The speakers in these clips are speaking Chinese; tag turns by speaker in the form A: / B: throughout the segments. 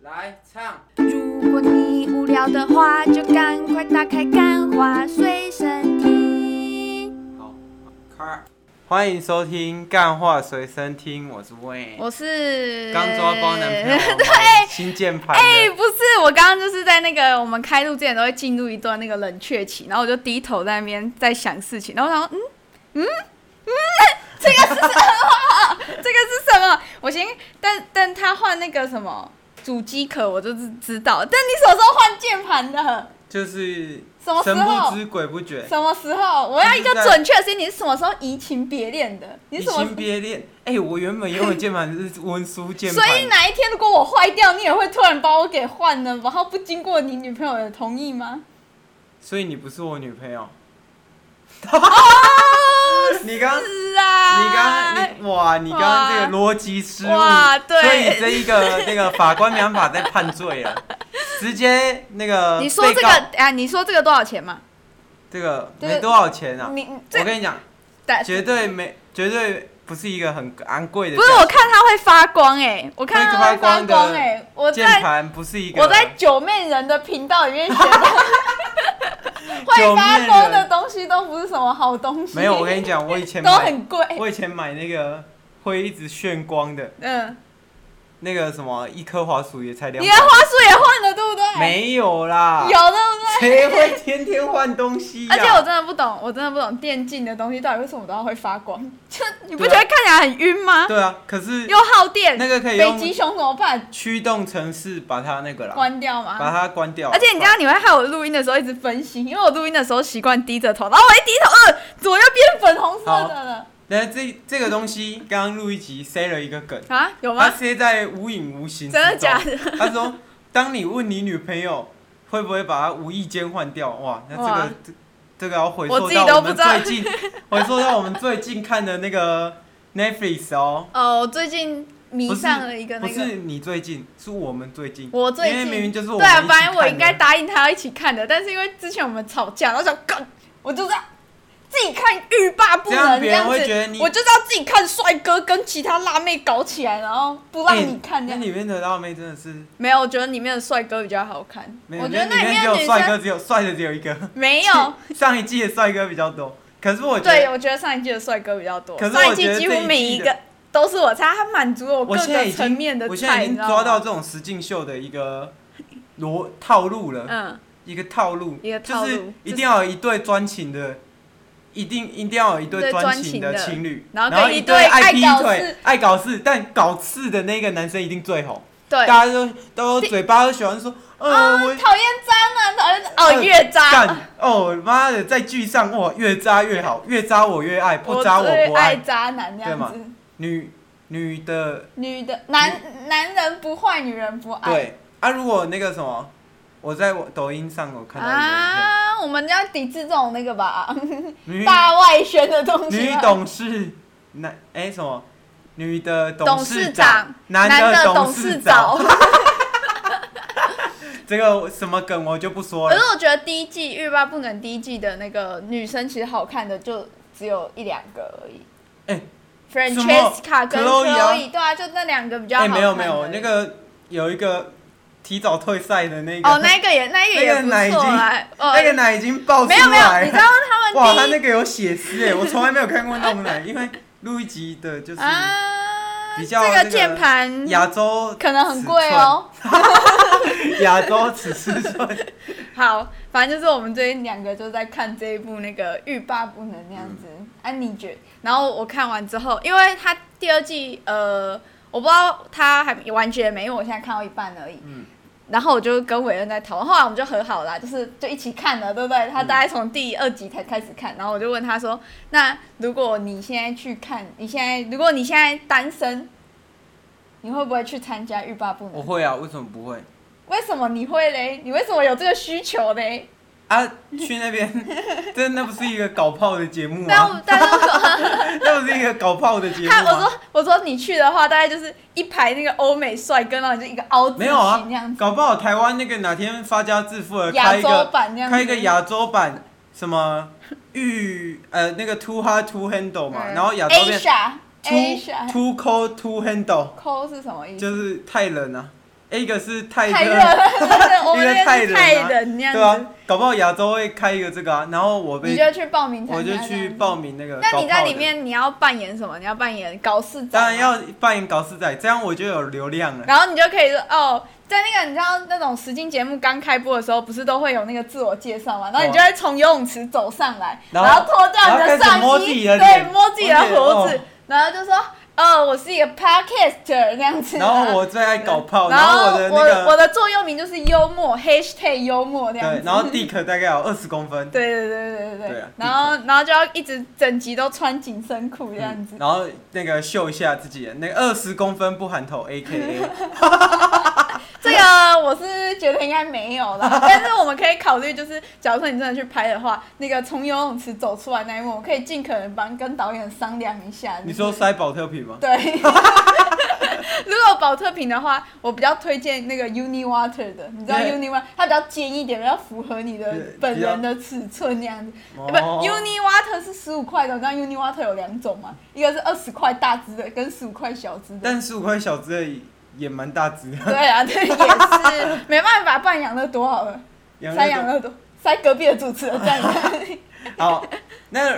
A: 来唱，
B: 如果你无聊的话，就赶快打开《干花随身听》。
A: 好，开。欢迎收听《干话随身听》，我是 Wayne。
B: 我是
A: 刚抓包男朋友，
B: 对，
A: 新键盘。
B: 哎、不是，我刚刚就是在那个我们开录之前都会进入一段那个冷却期，然后我就低头在那边在想事情，然后我想说，嗯嗯嗯， 这个是什么？这个是什么？我先，但但他换那个什么主机壳，我就是知道。但你什么时候换键盘的？
A: 就是
B: 什么时
A: 神
B: 候
A: 不知鬼不觉，
B: 什么时候？我要一个
A: 就是在
B: 准确的时间，你是什么时候移情别恋的？你
A: 移
B: 是什么
A: 情？别恋。哎，我原本用的键盘是温书键
B: 所以
A: 盘，
B: 哪一天如果我坏掉，你也会突然把我给换了，然后不经过你女朋友的同意吗？
A: 所以你不是我女朋友。
B: 哦，
A: 你刚
B: 是啊，
A: 你刚刚你哇，你刚刚这个逻辑失误，
B: 哇对
A: 所以这一个那个法官没办法再判罪了，直接那个
B: 你说
A: 呃被
B: 这个
A: 告
B: 啊，你说这个多少钱嘛？
A: 这个
B: 这个
A: 没多少钱啊，
B: 你这
A: 我跟你讲，
B: 但
A: 绝对没绝对不是一个很昂贵的
B: 不
A: 价
B: 是
A: 钱，
B: 我看它会发光哎，我看它会发
A: 会发
B: 光
A: 光的
B: 哎，我
A: 键
B: 在
A: 盘不是一个
B: 我在九妹人的频道里面学的， 会发光的东西都不是什么好东西，
A: 没有，我跟你讲，我以前
B: 都
A: 买
B: 很贵，
A: 我以前买那个会一直炫光的
B: 嗯。
A: 那个什么一颗滑鼠也才两
B: 你的花束也换了，对不对？
A: 没有啊啦，
B: 有，对不对？
A: 谁会天天换东西呀？
B: 而且我真的不懂，我真的不懂电竞的东西到底为什么都要会发光， 就你不
A: 对
B: 觉得
A: 啊
B: 看起来很晕吗？
A: 对啊，可是
B: 又耗电，
A: 那个可以
B: 北
A: 用
B: 极熊怎么办？
A: 驱动程式把它那个啦，
B: 关掉
A: 把
B: 吗？
A: 它关掉。啊
B: 而且你这样你会害我录音的时候一直分心，因为我录音的时候习惯低着头，然后我一低头，呃，左右变粉红色的了
A: 那这这个东西刚刚录一集塞了一个梗，
B: 啊？有
A: 他
B: 吗？
A: 塞在无影无形之
B: 真
A: 中。
B: 的假的？
A: 他说，当你问你女朋友会不会把它无意间换掉，哇，那这
B: 哇
A: 个这这个要回
B: 我
A: 溯
B: 自己
A: 到
B: 都
A: 我
B: 不
A: 们
B: 知道
A: 最近， 回溯到我们最近看的那个 Netflix 哦，
B: 哦，我最近迷
A: 不是
B: 上了一个
A: 不
B: 那
A: 是
B: 个。
A: 你最近，是我们最近，
B: 我最
A: 因为
B: 近
A: 明明就是我
B: 对
A: 们
B: 啊
A: 一，起
B: 本来我
A: 看
B: 应该
A: 的
B: 答应他要一起看的，但是因为之前我们吵架，然后想，干我就知道自己看欲罢不
A: 这
B: 能
A: 样别人
B: 子，
A: 会觉得你
B: 我就知道自己看帅哥跟其他辣妹搞起来，然后不让
A: 哎
B: 你看这
A: 那
B: 样。
A: 里面的辣妹真的是，
B: 没有，我觉得里面的帅哥比较好看，
A: 没有
B: 我觉得
A: 里
B: 那里
A: 面
B: 面
A: 只
B: 的
A: 有
B: 女
A: 帅哥
B: 生
A: 只有帅的只有一个。
B: 没有。
A: 上一季的帅哥比较多，可是我觉
B: 对，
A: 得
B: 我觉得上一季的帅哥比较多，
A: 可是
B: 上
A: 我觉
B: 季
A: 得
B: 几
A: 这
B: 乎
A: 一季
B: 每一
A: 的
B: 个都是我猜，他满足我
A: 我
B: 各
A: 现在
B: 个
A: 已
B: 层面
A: 经
B: 的
A: 我现在
B: 菜，
A: 已
B: 你
A: 经
B: 知道
A: 抓到
B: 吗
A: 这种实境秀的一个罗套路了，
B: 嗯，
A: 一个套路，
B: 一个
A: 就
B: 套路
A: 是一
B: 就是
A: 定要有一对专情的。一定一定要有一
B: 一对
A: 对
B: 专
A: 情
B: 情
A: 的
B: 的
A: 情侣，
B: 然后
A: 然后
B: 跟一
A: 一
B: 对爱
A: 爱劈
B: 搞
A: 腿
B: 事、
A: 爱搞事，但搞事的那个男生一定最红，
B: 对，
A: 大家都都嘴巴都喜欢说，呃，我
B: 讨厌渣男，讨厌哦越渣，
A: 呃干哦妈的，在剧上哇越渣越好，越渣我越爱，不渣
B: 最
A: 我不
B: 爱
A: 爱，
B: 渣男这
A: 对
B: 样
A: 吗
B: 子。
A: 女女的
B: 女的男男人不坏，女人不爱。
A: 对啊，如果那个什么，我在我抖音上我看到一
B: 啊，我们要抵制这种那个吧，
A: 个影片
B: 大外宣的东
A: 女
B: 西
A: 女
B: 吧。
A: 董事男哎、什么女的
B: 董
A: 事
B: 事长，
A: 男
B: 的
A: 董
B: 事
A: 长，
B: 长。
A: 这个什么梗我就不说
B: 可
A: 了
B: 是。我觉得第一季欲罢不能，第一季的那个女生其实好看的就只有一两个而已。
A: 哎
B: f r a n
A: 什
B: c
A: 么
B: h e s c a 跟
A: Chloe 啊
B: Chloe，对啊，就那两个比较
A: 哎、
B: 好看而已。
A: 没有没有，那个有一个提早退赛的那个，
B: 哦，那个也那个也
A: 那个奶
B: 不
A: 已
B: 错
A: 经
B: 啦。哦
A: 那，个奶已经爆出
B: 没有没有，
A: 来
B: 你知道
A: 了。
B: 他
A: 哇，
B: 们第
A: 他
B: 一
A: 那个有血丝哎，我从来没有看过那种奶，因为录一集的就是
B: 啊，
A: 比较
B: 这
A: 那
B: 个
A: 个
B: 键盘
A: 亚洲
B: 可能很贵哦。
A: 尺寸，亚洲尺寸。
B: 好，反正就是我们最近两个就在看这一部那个欲罢不能那样子。安妮觉，然后我看完之后，因为它第二季呃，我不知道它还完结没，因为我现在看到一半而已。
A: 嗯
B: 然后我就跟韦恩在讨论，后来我们就和好啦，就是就一起看了，对不对？他大概从第二集才开始看，然后我就问他说：“那如果你现在去看，你现在如果你现在单身，你会不会去参加欲罢不
A: 我
B: 能？
A: 会啊，为什么不会？
B: 为什么你会嘞？你为什么有这个需求嘞？”
A: 啊，去那边， 真的那不是一个搞炮的节目
B: 但
A: 吗
B: 我？但是我说
A: 那不是一个搞炮的节目
B: 他我
A: 吗？
B: 说我说你去的话，大概就是一排那个欧美帅哥，然后你就一个凹字
A: 没有啊
B: 形这样，子，
A: 搞不好台湾那个哪天发家致富了，
B: 亚
A: 开一
B: 洲
A: 个
B: 版那样子，
A: 开一个亚洲版什么玉呃那个 too hard too handle 嘛，然后亚洲变
B: 嗯 Asia
A: too
B: Asia
A: too cold too handle，
B: 抠是什么意思？
A: 就是太冷了、啊一个是太
B: 太热
A: 热，
B: 了，真 的我
A: 因
B: 们
A: 为
B: 那
A: 太
B: 边
A: 冷啊
B: 是太冷那样
A: 对
B: 子，
A: 啊，搞不好亚洲会开一个这个啊，然后我被
B: 你就去报名参加
A: 我就
B: 这样
A: 去
B: 子
A: 报名那个。
B: 那你在
A: 搞炮的
B: 里，面你要扮演什么？你要扮演搞事啊仔吗，
A: 当然要扮演搞事仔，这样我就有流量了。
B: 然后你就可以说哦，在那个你知道那种实境节目刚开播的时候，不是都会有那个自我介绍嘛？然后你就会从游泳池走上来，
A: 哦然
B: 然
A: 后
B: 后脱掉
A: 然
B: 你
A: 后开始
B: 上
A: 摸自己
B: 衣，
A: 的
B: 对，
A: 脸
B: 摸自己的
A: 摸自己的
B: 胡子，
A: 哦
B: 然后就说哦，我是一个 podcaster 这样 子。啊
A: 然后我最爱搞炮，
B: 然
A: 后
B: 后
A: 我的
B: 我
A: 那
B: 我
A: 个
B: 的座右铭就是幽默，#hashtag 幽默这样
A: 对
B: 子，。
A: 然后 Dick 大概有二十公分，
B: 对对对对对
A: 对啊
B: 然后然后就要一直整集都穿紧身裤这样子
A: 嗯，然后那个秀一下自己的那个二十公分不含头 A K A，
B: 这个我是觉得应该没有啦， 但是我们可以考虑，就是假如说你真的去拍的话，那个从游泳池走出来那一幕，我们可以尽可能帮跟导演商量一下。
A: 你说塞保特瓶吗？
B: 对？ 如果保特瓶的话，我比较推荐那个 Uni Water 的，你知道
A: 对
B: Uni Water 它比较尖一点，比较符合你的
A: 对
B: 本
A: 比较
B: 人的尺寸那样子。
A: 哦
B: 不，Uni Water 是十五块的，你知道 Uni Water 有两种吗？一个是二十块大支的，跟十五块小支的。
A: 但十五块小只的也蛮大只的，
B: 对啊，对，也是没办法，不然养乐多好了，
A: 养
B: 塞
A: 乐
B: 养
A: 多
B: 乐多，塞隔壁的主持人这样
A: 好，那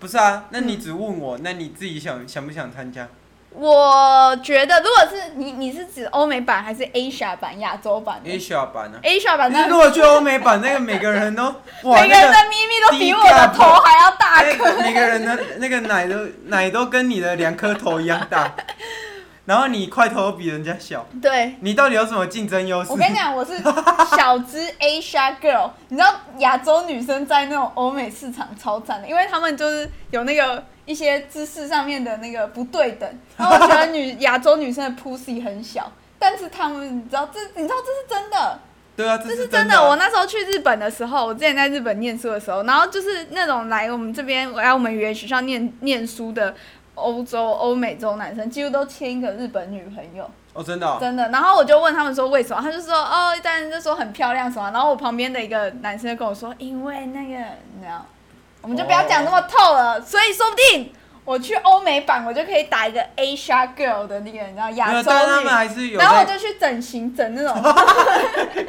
A: 不是啊？那你
B: 嗯
A: 只问我，那你自己想想不想参加？
B: 我觉得，如果是你，你是指欧美版还是 Asia 版、亚洲版
A: Asia 版啊？
B: ？Asia 版那
A: 那如果去欧美版，那个每个人 都哇，
B: 每个人
A: 那
B: 的咪咪都比我的头还要大
A: 那
B: 颗。
A: 个每个人的那个奶都奶都跟你的两颗头一样大，然后你块头比人家小，
B: 对，
A: 你到底有什么竞争优势
B: 我？跟你讲，我是小只 Asia girl，你知道亚洲女生在那种欧美市场超赞的，因为她们就是有那个一些知识上面的那个不对等。然后我觉得女 亚洲女生的 pussy 很小，但是她们你知道这你知道这是真的，
A: 对啊，这
B: 这是
A: 是
B: 真
A: 的
B: 的。
A: 啊。
B: 我那时候去日本的时候，我之前在日本念书的时候，然后就是那种来我们这边来我们语言学校念念书的欧洲、欧美洲男生，几乎都牵一个日本女朋友。
A: 哦，真的哦，
B: 真的。然后我就问他们说为什么，他就说哦，但是就说很漂亮什么。然后我旁边的一个男生就跟我说，因为那个你知道，我们就不要讲那么透了，所以说不定。我去欧美版，我就可以打一个 Asia Girl 的那个，你知道
A: 没
B: 亚
A: 有
B: 洲
A: 但他们
B: 女，
A: 还是有
B: 然后我
A: 在
B: 就去整形，整那 种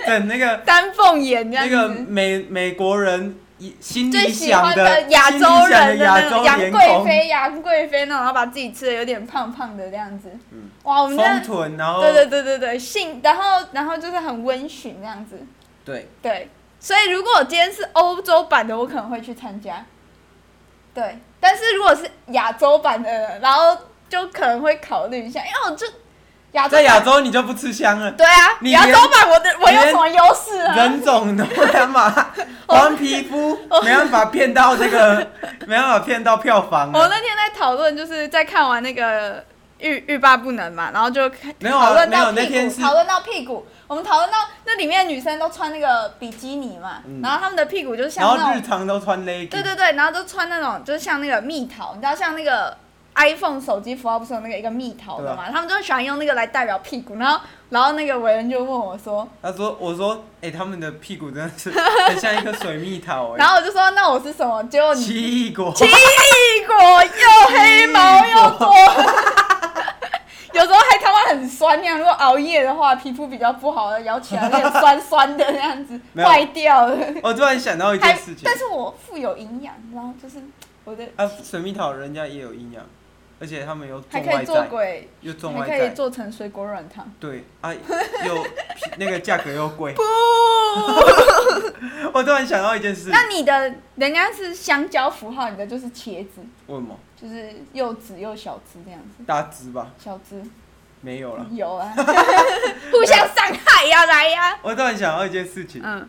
A: 等那个
B: 丹凤眼这样
A: 那个
B: 子，
A: 美美国人一心
B: 最
A: 里
B: 喜
A: 想
B: 欢
A: 的
B: 亚
A: 心里
B: 洲
A: 想的
B: 人的
A: 亚
B: 那
A: 洲
B: 种杨
A: 脸
B: 贵
A: 孔，
B: 妃、杨贵妃那种，然后把自己吃的有点胖胖的这样子。
A: 嗯
B: 哇，我们这
A: 丰
B: 样，
A: 臀，然后
B: 对对对对对，性，然后然后就是很温驯这样子。
A: 对
B: 对，所以如果我今天是欧洲版的，我可能会去参加。对，但是如果是亚洲版的，然后就可能会考虑一下，因为我就亚洲
A: 在
B: 版
A: 亚洲你就不吃香了，
B: 对啊，
A: 你
B: 亚
A: 连
B: 洲版我的我有
A: 连
B: 什么优势啊？
A: 人种的干 嘛？黄皮肤没办法骗到这 个，没办法骗到票房
B: 我
A: 啊。
B: 那天在讨论，就是在看完那个欲欲罢不能嘛，然后就看
A: 没有啊
B: 讨论
A: 没
B: 到
A: 有那
B: 屁
A: 天
B: 股，
A: 是
B: 讨论到屁股，我们讨论到那里面的女生都穿那个比基尼嘛，
A: 嗯
B: 然后她们的屁股就是像
A: 然
B: 那
A: 后
B: 种
A: 日常都穿 legging，
B: 对对对，然后都穿那种就是像那个蜜桃，你知道像那个 iPhone 手机符号不是有那个一个蜜桃
A: 啊
B: 的嘛？他们就喜欢用那个来代表屁股。然后然后那个伟人就问我说，
A: 他说：“我说，哎，他们的屁股真的 是很像一颗水蜜桃，
B: 然
A: 哎，
B: 后我就说那我是什么？结果你
A: 奇异果。
B: 奇异果又黑毛又多。 有时候还他妈很酸那样，如果熬夜的话，皮肤比较不好的，咬起来有点酸酸的那样子，
A: 没有
B: 坏掉了。”
A: 我突然想到一
B: 还
A: 件事，情
B: 但，是我富有营养，然后就是我的
A: 啊，水蜜桃人家也有营养，而且他们有
B: 还
A: 种
B: 可
A: 外
B: 以做
A: 在，
B: 鬼，
A: 又种
B: 还
A: 外
B: 可以
A: 在，
B: 做成水果软糖。
A: 对啊，又 那个价格又贵。
B: 不，
A: 我突然想到一件事，
B: 那你的人家是香蕉符号，你的就是茄子，
A: 为什么
B: 就是又紫又小只这样子。
A: 大只吧？
B: 小只
A: 没有了。
B: 有啊，互相伤害呀、来呀、
A: 我突然想到一件事情，
B: 嗯，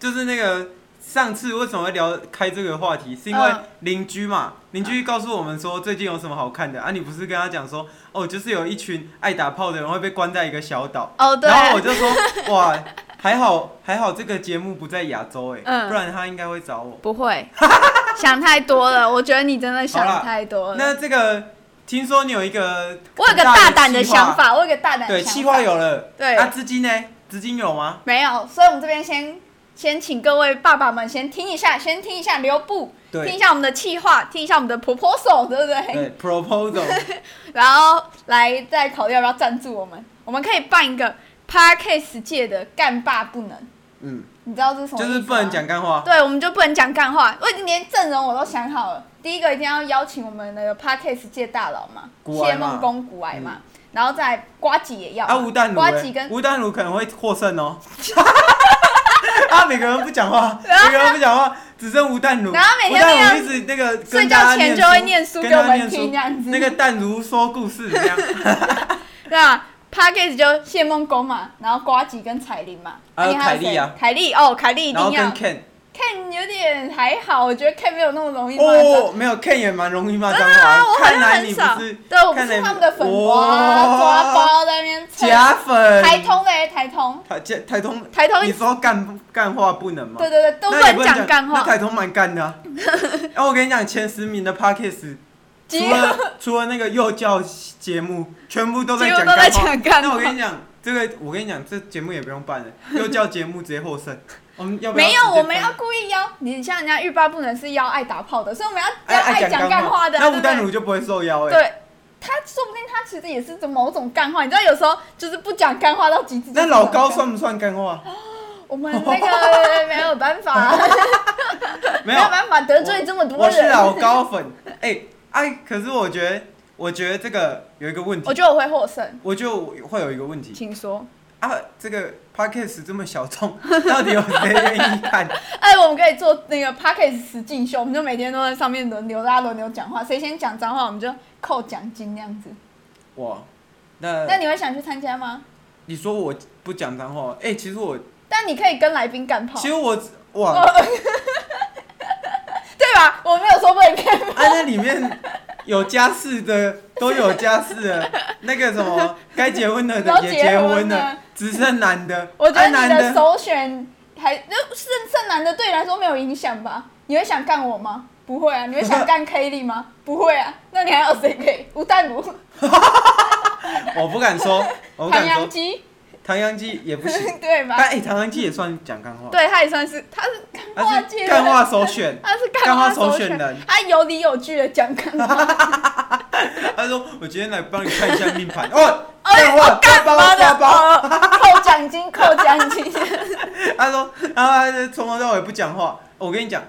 A: 就是那个上次为什么会聊开这个话题，是因为
B: 嗯
A: 邻居嘛，邻居告诉我们说最近有什么好看的啊？你不是跟他讲说，哦，就是有一群爱打炮的人会被关在一个小岛，
B: 哦对，
A: 然后我就说，哇，还好 还好这个节目不在亚洲哎、
B: 嗯
A: 不然他应该会找我。
B: 不会 想太多了，我觉得你真的
A: 好
B: 想
A: 啦
B: 太多了。
A: 那这个听说你有一个
B: 我有
A: 很
B: 个大
A: 的
B: 胆的
A: 计划
B: 想，法，我有个大胆的
A: 对，
B: 想法，
A: 计划有了，
B: 对
A: 啊，资金呢？资金有吗？
B: 没有？所以我们这边先先请各位爸爸们先听一下，先听一下留步，听一
A: 对
B: 下我们的计划，听一下我们的 proposal，对不
A: 对，proposal
B: 然后来再考虑要不要赞助我们。我们可以办一个 podcast 界的干爸不能，
A: 嗯，
B: 你知道这是什么？
A: 就是不能。讲干话。
B: 啊对，我们就不能讲干话。我已经连阵容我都想好了，第一个一定要邀请我们的 podcast 界大佬嘛，
A: 古
B: 谢
A: 埃嘛嗯
B: 梦工、古癌嘛，然后再瓜吉也要嘛，
A: 啊，吴淡如
B: 瓜吉
A: 欸，
B: 跟
A: 吴淡如可能会获胜 哦。啊，每个人不讲话，每个人不讲话，只剩吴淡如。
B: 然后每天
A: 吴淡
B: 那
A: 如
B: 样
A: 一直那个
B: 睡
A: 跟大
B: 觉
A: 家
B: 前就会念书
A: 书
B: 给我
A: 跟
B: 们
A: 大家
B: 听这
A: 念
B: 样子。
A: 那个淡如说故事这样，
B: 对啊 p a c k a g e 就谢梦工嘛，然后瓜吉跟彩铃嘛，哎
A: 还有
B: 那你还
A: 凯
B: 有
A: 莉啊
B: 谁凯莉哦，凯 莉一
A: 然后
B: 定
A: 跟
B: 要。
A: Ken，
B: Ken 有点还好，我觉得 Ken 没有那么容易骂脏
A: 哦，没有 Ken 也蛮容易骂脏
B: 真的吗？
A: 话
B: 啊我，好
A: 看
B: 像
A: 来
B: 很
A: 你不
B: 少，
A: 是
B: 对，我不
A: 看来
B: 是
A: 你
B: 他们的粉
A: 哇
B: 哇，抓包在那边蹭
A: 假粉。
B: 台通嘞，台通，
A: 台台台通，
B: 台通一
A: 你说干干话不能吗？
B: 对对对，都
A: 那
B: 不
A: 也
B: 能讲干
A: 那
B: 话，
A: 台通蛮干的、 啊。然后我跟你讲，前十名的 podcast，除
B: 几乎
A: 了除了那个幼教节目，全部都在
B: 几乎
A: 讲
B: 都在
A: 干话。
B: 讲干
A: 那我跟
B: 话
A: 你。讲，这个我跟你讲，这节目也不用办 了，幼教节目直接获胜。我们要不要
B: 没有，
A: 直接
B: 我们要
A: 办
B: 故意邀你，像人家欲罢不能是邀爱打炮的，所以我们要
A: 爱
B: 要爱讲干话的，
A: 那
B: 对
A: 吴
B: 不对
A: 淡？如就不会受邀哎、
B: 对，他说不定他其实也是某种干话，你知道有时候就是不讲干话到极致。
A: 那老高，算不算干 话？
B: 我们那个没有 办法，
A: 没有
B: 有，办法得罪这么多
A: 我是
B: 人。
A: 老高粉。哎哎，可是我觉得，我觉得这个有一个问题
B: 我，觉得我会获胜，
A: 我就会有一个问题
B: 请说。
A: 啊，这个 podcast 这么小众， 到底有谁愿意看？
B: 哎，我们可以做那个 podcast 实境秀，我们就每天都在上面轮流，大家轮流讲话，谁先讲脏话，我们就扣奖金那样子。
A: 哇，那
B: 那你会想去参加吗？
A: 你说我不讲脏话？哎、其实我，
B: 但你可以跟来宾干炮
A: 其，实我，哇，
B: 哦
A: 啊，
B: 对吧？我没有说不能干炮，
A: 那里面有家室的 都有家室的，那个什么该结婚的
B: 都
A: 的也
B: 结
A: 结
B: 婚
A: 婚
B: 了
A: 了，只剩男的，
B: 我觉
A: 啊
B: 得你
A: 男
B: 的首选还那剩剩男的对你来说没有影响吧？你会想干我吗？不会啊。你会想干 Kelly 吗？不会啊。那你还有谁可以？吴淡如、
A: 我不敢 说，我不
B: 唐
A: 敢
B: 阳
A: 说，
B: 基，
A: 唐阳基也不 行。
B: 对
A: 但
B: 吧？
A: 哎、唐阳基也算讲干话，
B: 对，他也算是，他是干话
A: 他
B: 界
A: 是
B: 的
A: 干话首选。
B: 他是
A: 干
B: 话
A: 话首
B: 选
A: 选人
B: 他有理有据的讲 干话。
A: 他说：“我今天来帮你看一下命 盘。”哦，
B: 哎，
A: 干话
B: 我干嘛
A: 抓
B: 的？
A: 包
B: 哦扣奖金，扣奖金。
A: 他说，然后他就从头到尾不讲话。我跟你讲，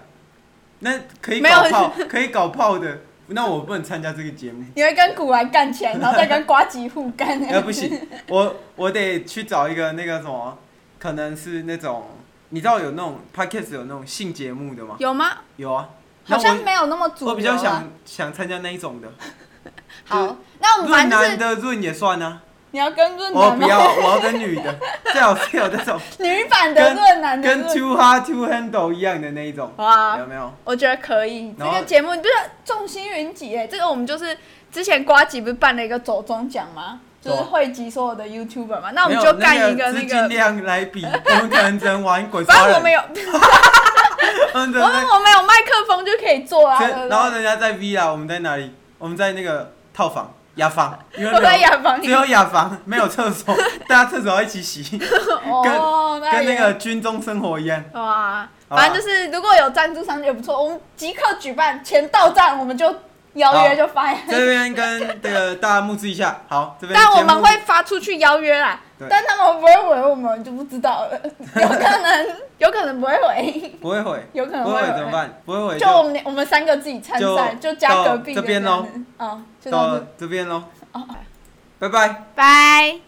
A: 那可以
B: 没有
A: 搞炮，可以搞炮的，那我不能参加这个节目。
B: 你会跟古玩干起来，然后再跟瓜吉互 干。
A: 那呃不行，我我得去找一个那个什么，可能是那种你知道有那种 podcast 有那种性节目的吗？
B: 有吗？
A: 有啊，
B: 好
A: 那
B: 像
A: 我
B: 没有那么主流啊。
A: 我比较想想参加那一种的，就是
B: 好，那我
A: 论
B: 们反正就
A: 男
B: 是
A: 的论也算啊。
B: 你要跟润
A: 我
B: 男
A: 不
B: 吗？
A: 要，我要跟女的，最好是有那 种
B: 女版的润男的
A: 跟
B: 润。
A: Too Hot Too Handle 一样的那一种，
B: 哇
A: 有，没有？
B: 我觉得可以。这
A: 然后
B: 个节目你不是众星云集哎，这个我们就是之前瓜吉不是办了一个走中奖吗？就是
A: 对
B: 汇集所有的 YouTuber 嘛，那我
A: 哦没
B: 们
A: 有
B: 就干一
A: 个
B: 个那
A: 资金
B: 个，
A: 量来比，我们可能只能玩鬼
B: 反
A: 抓
B: 正
A: 人，
B: 我们有，
A: 我们只
B: 我
A: 能
B: 们我们有麦克风就可以做啊，
A: 在
B: 对不对
A: 然后人家在 V 啊，我们在哪里？我们在那个套房雅房，因为
B: 我在
A: 没有
B: 雅房里
A: 只有雅房没有厕所，大家厕所要一起 洗，
B: 哦，
A: 跟那
B: 也
A: 个军中生活一样。
B: 哇，
A: 好啊吧
B: 反正就是如果有赞助商也不错，我们即刻举办，钱到账我们就邀约
A: 好
B: 就发。
A: 这边跟这个大家募资一下，好，这边
B: 但我
A: 节目
B: 们会发出去邀约啦
A: 对，
B: 但他们不会回我们就不知 道了，有可能有可能不会回，
A: 不会毁，
B: 有可能
A: 不
B: 嗯
A: 会
B: 会
A: 毁
B: 回
A: 怎么？办？不会毁
B: 就我们我们三个自己参赛，
A: 就
B: 就加
A: 到
B: 隔壁
A: 这边
B: 的
A: 咯
B: 人，哦，就到
A: 到
B: 这，
A: 这边喽，
B: 哦，
A: 拜拜。
B: 拜。